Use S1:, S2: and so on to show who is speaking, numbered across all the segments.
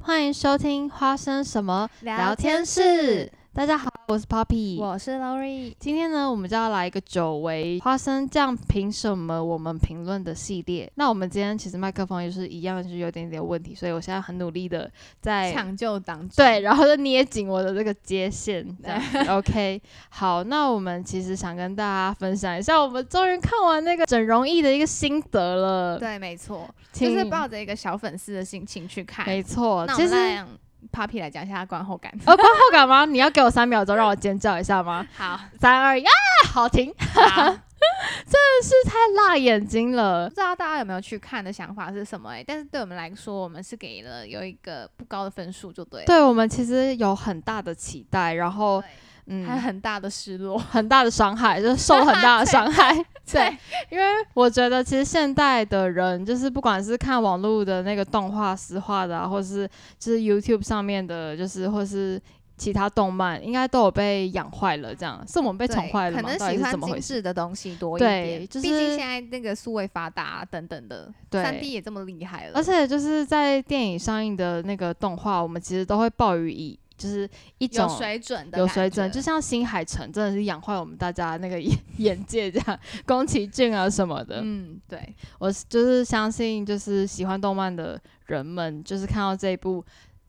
S1: 欢迎收听《花生什么聊天室》大家好，我是 Poppy。
S2: 我是 Lori。
S1: 今天呢，我们就要来一个久违花生酱凭什么我们评论的系列。那我们今天其实麦克风也是一样，就是有点点问题，所以我现在很努力的在
S2: 抢救党主
S1: 哎对，，然后就捏紧我的这个接线。这 样子 OK，好，那我们其实想跟大家分享一下，我们终于看完那个整容艺的一个心得了。
S2: 对，没错，就
S1: 请，
S2: 是抱着一个小粉丝的心情去看。
S1: 没错，
S2: 那我
S1: 其
S2: 们
S1: 实
S2: 让 Papi 来讲一下观后感。
S1: 呃，观后感吗？你要给我三秒钟让我尖叫一下吗？
S2: 好，
S1: 三二一，啊，好停！
S2: 好
S1: 太辣眼睛了
S2: 不。知道大家有没有去看的想法是什么、欸？但是对我们来说，我们是给了有一个不高的分数，就对了。
S1: 对我们其实有很大的期待，然后
S2: 对还
S1: 嗯，
S2: 有很大的失落。
S1: 很大的伤害，就是受了很大的伤害。
S2: 对，
S1: 因为我觉得其实现代的人，就是不管是看网络的那个动画、实画的啊，或是就是 YouTube 上面的，就是或是其他动漫，应该都有被养坏了。这样是我们被
S2: 被
S1: 宠坏了
S2: 可
S1: 吗？
S2: 能
S1: 到底
S2: 喜
S1: 是
S2: 欢
S1: 怎么回
S2: 精
S1: 事？
S2: 致的东西多一
S1: 对
S2: 点。
S1: 就是
S2: 毕竟现在那个数位发达啊等等的，
S1: 对
S2: 三 D 也这么厉害了，
S1: 而且就是在电影上映的那个动画，我们其实都会抱于以就是一种
S2: 有水准的，
S1: 有水准，就。像新海诚真的是养坏我们大家那个眼 眼界，这样宫崎骏啊什么的，
S2: 嗯，对，
S1: 我是就是相信就是喜欢动漫的人们，就是看到这一部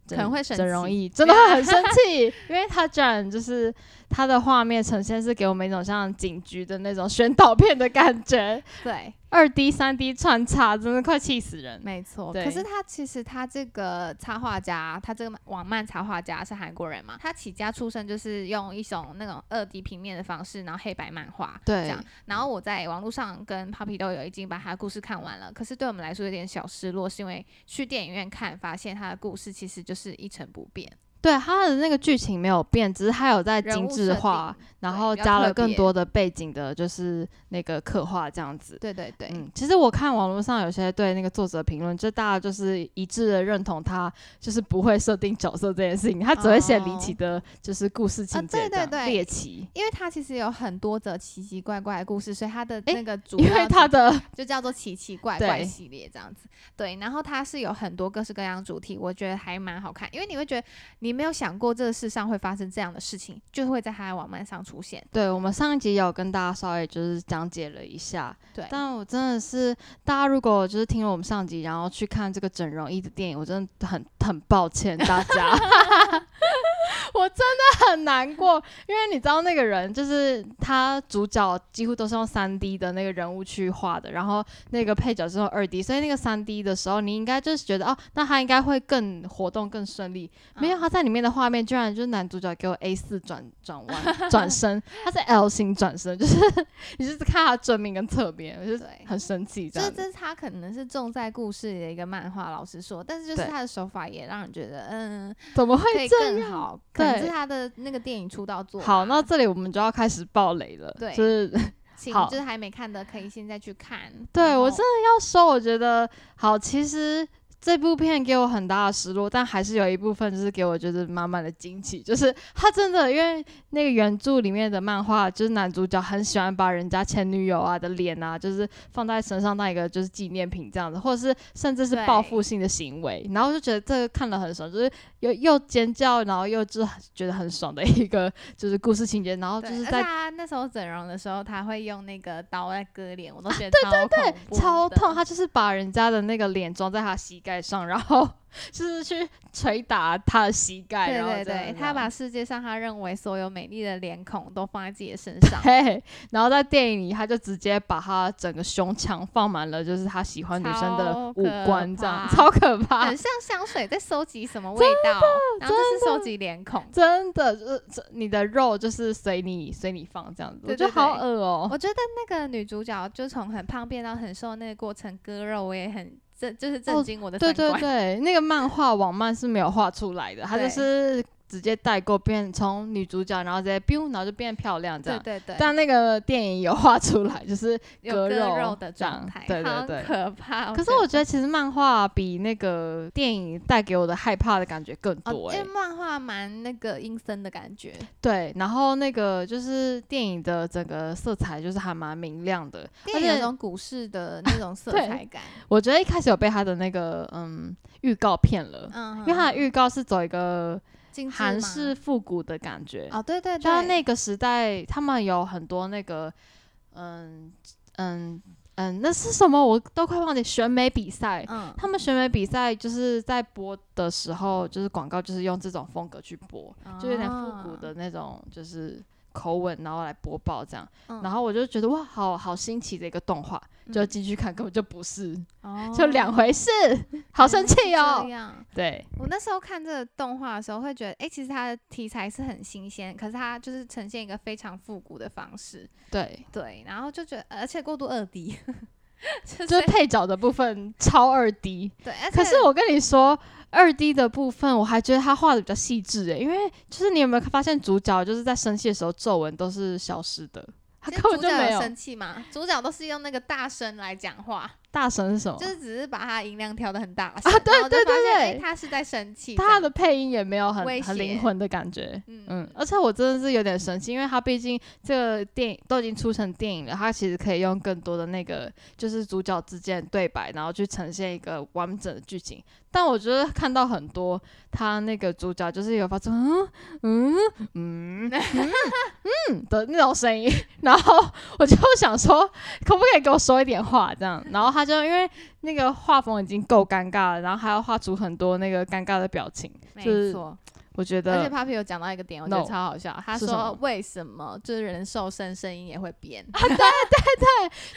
S1: 整。
S2: 可能会生
S1: 整容
S2: 气
S1: 易真的会很生 气，因为它居然就是它的画面呈现是给我们一种像警局的那种宣导片的感觉，
S2: 对，
S1: 二 D、三 D 穿插，真的快气死人。
S2: 没错，
S1: 对
S2: 可是他其实他这个插画家，他这个网漫插画家是韩国人嘛？他起家出身就是用一种那种二 D 平面的方式，然后黑白漫画这
S1: 对
S2: 样。然后我在网络上跟 Papi 都有已经把他的故事看完了，可是对我们来说有点小失落，是因为去电影院看，发现他的故事其实就是一成不变，
S1: 对，它的那个剧情没有变，只是它有在
S2: 人
S1: 精
S2: 物
S1: 致
S2: 设定
S1: 化，，然
S2: 对
S1: 后
S2: 比较
S1: 加了
S2: 特
S1: 更
S2: 别
S1: 多的背景的，就是那个刻画这样子。
S2: 对对对，
S1: 嗯，其实我看网络上有些对那个作者评论，就大家就是一致的认同他就是不会设定角色这件事情，他只会写离奇
S2: 哦啊
S1: 的，就是故事情节
S2: 对
S1: 这
S2: 对
S1: 样、
S2: 对
S1: 猎奇。
S2: 因为他其实有很多则奇奇怪怪的故事，所以他的
S1: 诶
S2: 那个主
S1: 因为
S2: 要
S1: 他的
S2: 就叫做奇奇怪怪
S1: 对
S2: 系列这样子。对，然后它是有很多各式各样的主题，我觉得还蛮好看，因为你会觉得你没有想过这个世上会发生这样的事情，就会在它的网漫上出现。
S1: 对我们上一集有跟大家稍微就是讲解了一下，
S2: 对，
S1: 但我真的是大家如果就是听了我们上集，然后去看这个整容医的电影，我真的很很抱歉大家， 我真的很难过，因为你知道那个人就是他主角几乎都是用三 D 的那个人物去画的，然后那个配角是用二 D，所以那个三 D 的时候，你应该就是觉得哦，那他应该会更活动更顺利，没有，
S2: 嗯
S1: 他在里面的画面居然就是男主角给我 A 四转转弯 转身，他是 L 型转身，就是 你就是看他正面跟侧面，我就是
S2: 对
S1: 很生气这
S2: 这
S1: 样子。
S2: 这是他可能是重在故事里的一个漫画，老实说，但是就是
S1: 对
S2: 他的手法也让人觉得，嗯，
S1: 怎么会
S2: 可以
S1: 这样？
S2: 更好，可能
S1: 对
S2: 是他的那个电影出道作吧。
S1: 好，那这里我们就要开始爆雷了。
S2: 对
S1: 就是
S2: 请
S1: 好
S2: 就是还没看的可以现在去看。
S1: 对
S2: 然
S1: 我
S2: 后
S1: 真的要说，我觉得好，其实。这部片给我很大的失落，但还是有一部分就是给我觉得满满的惊喜，就是 他真的因为那个原著里面的漫画，就是男主角很喜欢把人家前女友啊的脸啊，就是放在身上当一个就是纪念品这样子，或者是甚至是
S2: 对
S1: 报复性的行为，然后就觉得这个看了很爽，就是又又尖叫，然后又就是觉得很爽的一个就是故事情节，然后就
S2: 对，
S1: 是
S2: 而且
S1: 在
S2: 他那时候整容的时候，他会用那个刀来割脸，我都觉得超、恐
S1: 啊对，
S2: 怖
S1: 超
S2: 的
S1: 痛。他就是把人家的那个脸装在他膝盖上，然后 就是去捶打他的膝盖，
S2: 对
S1: 然后
S2: 对
S1: 这样
S2: 对，
S1: 这
S2: 他
S1: 样
S2: 把世界上他认为所有美丽的脸孔都放在自己的身 上，
S1: 对，然后在电影里他就直接把他整个胸腔放满了，就是他喜欢女生的
S2: 超
S1: 五
S2: 可
S1: 官，这样
S2: 怕
S1: 超可怕
S2: 很。像香水在收集什么味道，然后这是收集脸孔。
S1: 真的，就是这你的肉就是随你随你放这样子，
S2: 对
S1: 我觉得
S2: 对
S1: 好
S2: 对
S1: 恶哦、
S2: 我觉得那个女主角就从很胖变到很瘦那个过程割肉，我也很这就是震惊我的
S1: 哦对
S2: 三
S1: 对
S2: 观。
S1: 对，那个漫画网漫是没有画出来的，它就
S2: 对
S1: 是直接代购变从女主角，然后直接 biu，然后就变漂亮这
S2: 对
S1: 样。
S2: 对对，
S1: 但那个电影有画出来， 就是
S2: 有
S1: 割
S2: 割
S1: 肉
S2: 肉的
S1: 这样
S2: 状态，
S1: 对对
S2: 好
S1: 对
S2: 可怕。哦
S1: 可是我觉得其实漫画比那个电影带给我的害怕的感觉更
S2: 哦，
S1: 多、
S2: 因
S1: 欸。
S2: 为漫画蛮那个阴森的感觉，
S1: 对，然后那个就是电影的整个色彩就是还蛮明亮的，而
S2: 电影有
S1: 且
S2: 种股市的那种色
S1: 对
S2: 彩感，
S1: 我觉得一开始有被他的那个嗯预告骗了，
S2: 嗯，
S1: 因为他的预告是走一个
S2: 精致
S1: 韩
S2: 吗
S1: 式复古的感觉，
S2: 哦，对对
S1: 就
S2: 对，
S1: 是那个时代他们有很多那个嗯嗯嗯那是什么我都快忘记选美比赛，
S2: 嗯，
S1: 他们选美比赛就是在播的时候，就是广告就是用这种风格去播，就有点复古的那种，就是口吻，然后来播报这样。
S2: 嗯，
S1: 然后我就觉得哇，好好新奇的一个动画，就
S2: 嗯
S1: 进去看根本就不是，
S2: 哦
S1: 就两回事，好生气！
S2: 原来是
S1: 哦
S2: 这。样
S1: 对，
S2: 我那时候看这个动画的时候，会觉得，哎、其实它的题材是很新鲜，可是它就是呈现一个非常复古的方式，
S1: 对，
S2: 对，然后就觉得，而且过度二 D，就
S1: 就是是配角的部分超二 D，
S2: 对，而且
S1: 可是我跟你说，二 D 的部分我还觉得他画的比较细致诶，因为就是你有没有发现主角就是在生气的时候皱纹都是消失的，他
S2: 其实
S1: 根本
S2: 主
S1: 就
S2: 角
S1: 没
S2: 有
S1: 有。
S2: 生气嘛，主角都是用那个大声来讲话，
S1: 大神是什么？
S2: 就是只是把它音量调的很大声
S1: 哦啊对
S2: 然后就
S1: 对
S2: 发现
S1: 对
S2: 哎他是在生气这样，
S1: 他的配音也没有很
S2: 威胁
S1: 很灵魂的感觉。
S2: 嗯
S1: 嗯，而且我真的是有点生气，因为他毕竟这个电影都已经出成电影了，他其实可以用更多的那个就是主角之间的对白，然后去呈现一个完整的剧情。但我觉得看到很多他那个主角就是有发出嗯嗯嗯嗯嗯的那种声音，然后我就想说，可不可以给我说一点话这样？然后他就因为那个画风已经够尴尬了，然后还要画出很多那个尴尬的表情，就
S2: 没
S1: 是
S2: 错。
S1: 我觉
S2: 而
S1: 得
S2: 且 Papi 有讲到一个点，我觉得
S1: No
S2: 超好笑。他
S1: 是什
S2: 说
S1: 么
S2: 为什么就是人兽声声音也会变？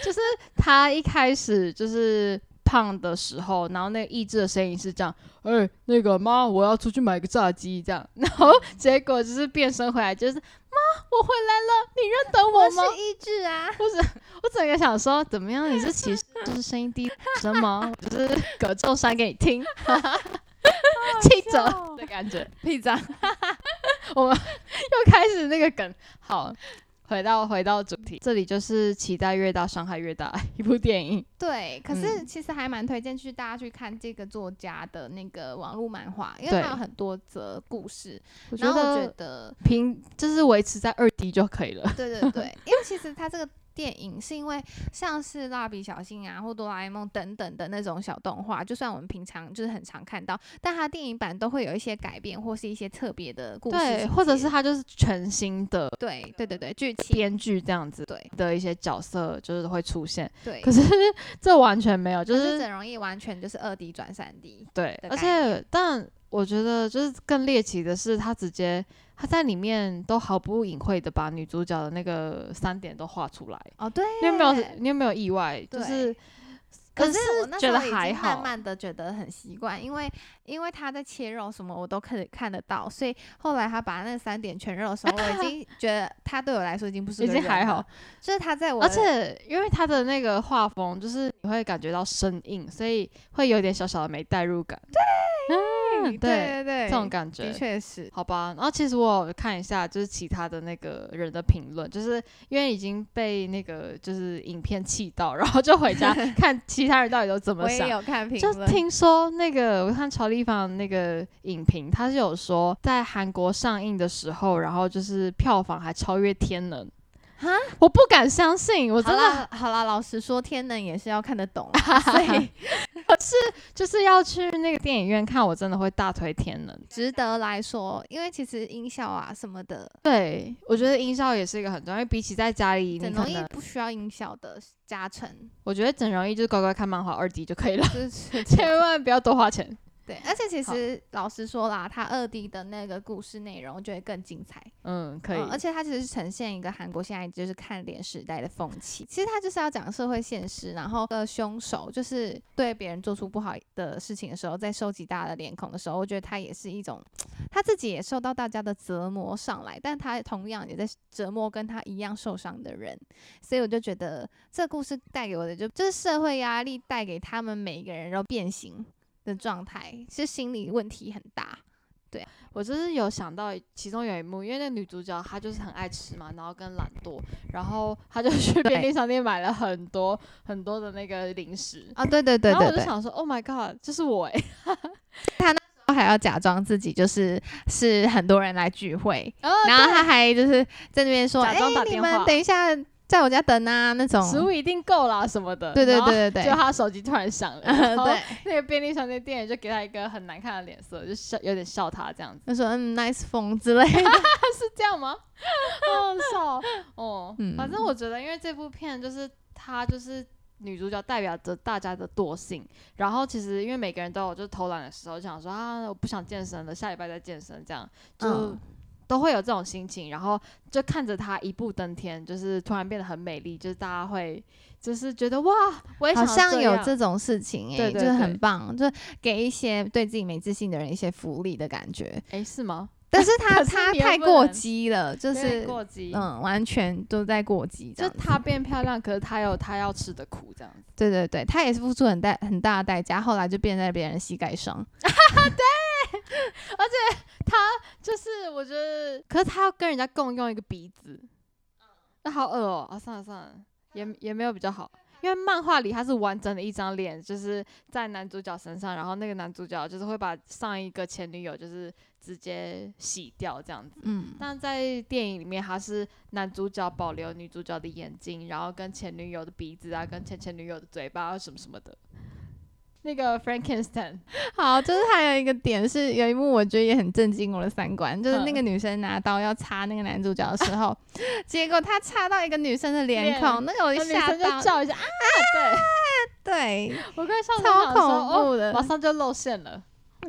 S1: 就是他一开始就是。胖的时候，然后那个意志的声音是这样，哎、那个妈，我要出去买个炸鸡，这样，然后结果就是变身回来，就是妈，我回来了，你认得我吗？
S2: 一志 啊，
S1: 我整个想说，怎么样？你是歧视，就是声音低什么？我就是葛仲山给你听，记者的感觉。
S2: 屁长，
S1: 又开始那个梗，好，回到回到主题，这里就是期待越大，伤害越大一部电影。
S2: 对，可是
S1: 嗯
S2: 其实还蛮推荐去大家去看这个作家的那个网络漫画，因为
S1: 对
S2: 它有很多则故事。
S1: 我觉
S2: 然后我觉
S1: 得
S2: 得，
S1: 平就是维持在二 D 就可以了。
S2: 对对对，因为其实它这个电影是因为像是蜡笔小新啊或哆啦 A 梦等等的那种小动画，就算我们平常就是很常看到，但它电影版都会有一些改变或是一些特别的故事情节，
S1: 对，或者是它就是全新的
S2: 对对对对剧情，
S1: 编剧这样子
S2: 对
S1: 的一些角色就是会出现，
S2: 对，
S1: 可是这完全没有，就
S2: 可哦是
S1: 是
S2: 整容液完全就是二 D 转三 D，
S1: 对，
S2: 的
S1: 而
S2: 概
S1: 且但我觉得就是更猎奇的是，他直接他在里面都毫不隐晦的把女主角的那个三点都画出来，
S2: 哦对，
S1: 你有没有？你有没有意外？就是
S2: 对可
S1: 可
S2: 是
S1: 是
S2: 我那时
S1: 觉得
S2: 候已
S1: 还
S2: 经慢
S1: 好
S2: 慢的觉得很习惯，因为因为他在切肉什么我都可以看得到，所以后来他把那三点全肉的时候，我 已经觉得他对我来说已经不是
S1: 已
S2: 个
S1: 经
S2: 人
S1: 还
S2: 了
S1: 好，
S2: 就是他在我
S1: 而
S2: 的
S1: 且因为他的那个画风，就是你会感觉到生硬，所以会有点小小的没代入感。对，嗯，对，
S2: 对对，
S1: 这种感觉
S2: 的确是，
S1: 好吧，然后其实我有看一下，就是其他的那个人的评论，就是因为已经被那个就是影片气到，然后就回 家看其他人到底都怎么
S2: 我也
S1: 想。
S2: 有看评
S1: 就
S2: 论，
S1: 听说那个，我看乔丽芳那个影评，他是有说在韩国上映的时候，然后就是票房还超越《天能》
S2: 哈，
S1: 我不敢相信，我
S2: 好
S1: 真的
S2: 啦好啦，老实说，天能也是要看得懂啦，所以
S1: 就是要去那个电影院看，我真的会大推《天能》。
S2: 值得来说，因为其实音效啊什么的，
S1: 对，我觉得音效也是一个很重要，因为比起在家里，你
S2: 整
S1: 可
S2: 容易
S1: 能
S2: 不需要音效的加成，
S1: 我觉得整容易就是乖乖看漫画二 D 就可 以了。
S2: 就 是
S1: 千万不要多花钱。
S2: 对，而且其
S1: 好
S2: 实老实说啦，他二 D 的那个故事内容，我觉得更精彩。
S1: 嗯，可以。
S2: 嗯而且它其实是呈现一个韩国现在就是看脸时代的风气。其实它就是要讲社会现实，然后呃，凶手就是对别人做出不好的事情的时候，在收集大家的脸孔的时候，我觉得他也是一种他自己也受到大家的折磨上来，但他同样也在折磨跟他一样受伤的人。所以我就觉得这故事带给我的就就是社会压力带给他们每一个人都变形的状态，是心理问题很大。对，
S1: 我就是有想到其中有一幕，因为那女主角她就是很爱吃嘛，然后跟懒惰，然后她就去
S2: 对
S1: 便利商店买了很多很多的那个零食。
S2: 啊，对对对
S1: 然后
S2: 对
S1: 我就
S2: 对，
S1: 想说，Oh my god，这是我哎、
S2: 他还要假装自己就是是很多人来聚会，
S1: 然
S2: 然后他还就是在那边说，
S1: 哦假
S2: 哎、
S1: 装打
S2: 你
S1: 电
S2: 们
S1: 话
S2: 等一下在我家等啊那种，
S1: 食物哦一定够啦什么的。
S2: 对对
S1: 然后
S2: 对对
S1: 就
S2: 对，
S1: 他手机突然响 了，然后
S2: 对，
S1: 那个便利商店店员就给他一个很难看的脸色，就笑有点笑他这样子，
S2: 就说嗯 nice 风之类的，
S1: 是这样吗？好好笑哦 哦。
S2: 嗯
S1: 反正我觉得，因为这部片就是他就是女主角代表着大家的惰性，然后其实因为每个人都有就是偷懒的时候，就想说啊我不想健身了，下礼拜再健身这样就。
S2: 嗯
S1: 都会有这种心情，然后就看着她一步登天，就是突然变得很美丽，就是大家会就是觉得哇，我也
S2: 好
S1: 想要
S2: 像有
S1: 样
S2: 这种事情哎、
S1: 对对
S2: 就是
S1: 对
S2: 很棒，就给一些对自己没自信的人一些福利的感觉。
S1: 诶，是吗？
S2: 但是他
S1: 可是
S2: 他
S1: 你又
S2: 太
S1: 不
S2: 过
S1: 能
S2: 激了，就
S1: 有点
S2: 是
S1: 过激，
S2: 嗯，完全都在过激
S1: 就
S2: 这样子。
S1: 她变漂亮，可是她有她要吃的苦，这样子。
S2: 对对对，他也是付出很大很大的代价，后来就变在别人膝盖上。
S1: 就是我觉得，可是她要跟人家共用一个鼻子，那好恶哦、啊，算了算了，也也没有比较好。因为漫画里她是完整的一张脸，就是在男主角身上，然后那个男主角就是会把上一个前女友就是直接洗掉这样子。
S2: 嗯，
S1: 但在电影里面，他是男主角保留女主角的眼睛，然后跟前女友的鼻子啊，跟前前女友的嘴巴啊什么什么的。那个 Frankenstein，
S2: 好，就是还有一个点是，有一幕我觉得也很震惊我的三观，就是
S1: 嗯
S2: 那个女生拿刀要插那个男主角的时候，结果她插到一个女生的脸
S1: 脸
S2: 孔，那个我
S1: 那
S2: 就
S1: 女
S2: 吓
S1: 生就
S2: 到，
S1: 叫一下啊，对
S2: 对，
S1: 我快上
S2: 超
S1: 场的时候
S2: 恐怖的
S1: 哦，马上就露馅了。嗯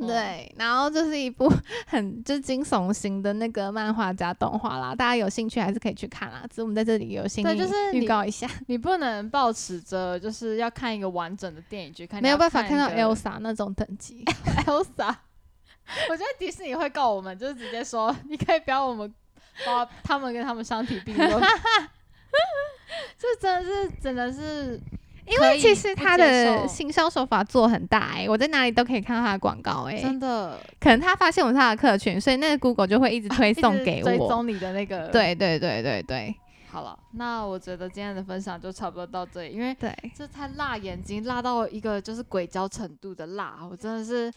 S2: 对，然后就是一部 很就是惊悚型的那个漫画加动画啦，大家有兴趣还是可以去看啦。只是我们在这里有兴
S1: 对
S2: 趣
S1: 就是
S2: 预
S1: 你
S2: 告一下，
S1: 你不能抱持着就是要看一个完整的电影去看，
S2: 没有办法看
S1: 看
S2: 到
S1: 一个
S2: Elsa 那种等 级。
S1: Elsa。我觉得迪士尼会告我们，就是直接说 你可以不要我们把他们跟他们相提并 论。这真的是真的是
S2: 因
S1: 可
S2: 为
S1: 以
S2: 其实
S1: 不
S2: 它
S1: 接
S2: 的
S1: 受
S2: 行销手法做很大哎、我在哪里都可以看到它的广告哎、
S1: 真的
S2: 可能他发现我是他的客群，所以那个 Google 就会一直推
S1: 嗯
S2: 送
S1: 啊一直
S2: 给
S1: 追
S2: 我。
S1: 踪你的那个。，
S2: 对对对对对
S1: 好了，那我觉得今天的分享就差不多到这里，因为
S2: 对，
S1: 这太辣眼睛，辣到一个就是鬼椒程度的辣，我真的是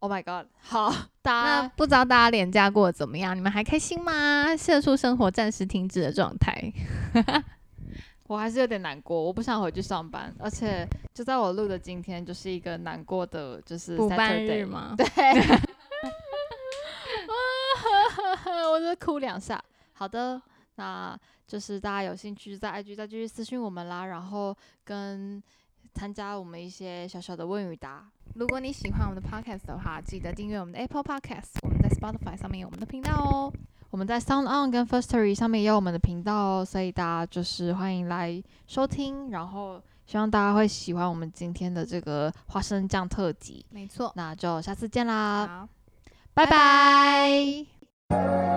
S1: ，Oh my god！好，大
S2: 那
S1: 家
S2: 不知道大家廉价过得怎么样？你们还开心吗？社畜生活暂时停止的状态。
S1: 我还是有点难过，我不想回去上班，而且就在我录的今天，就是一个难过的，就是
S2: 补班日
S1: Saturday
S2: 吗？
S1: 对， 我就哭两下。好的，那就是大家有兴趣在 IG 再继续私信我们啦，然后跟参加我们一些小小的问与答。
S2: 如果你喜欢我们的 podcast 的话，记得订阅我们的 Apple Podcast，我们在 Spotify 上面有我们的频道哦。
S1: 我们在 Sound On 跟 Firstory 上面也有我们的频道哦，所以大家就是欢迎来收听，然后希望大家会喜欢我们今天的这个花生酱特辑。
S2: 没错，
S1: 那就下次见啦，
S2: 好，
S1: 拜拜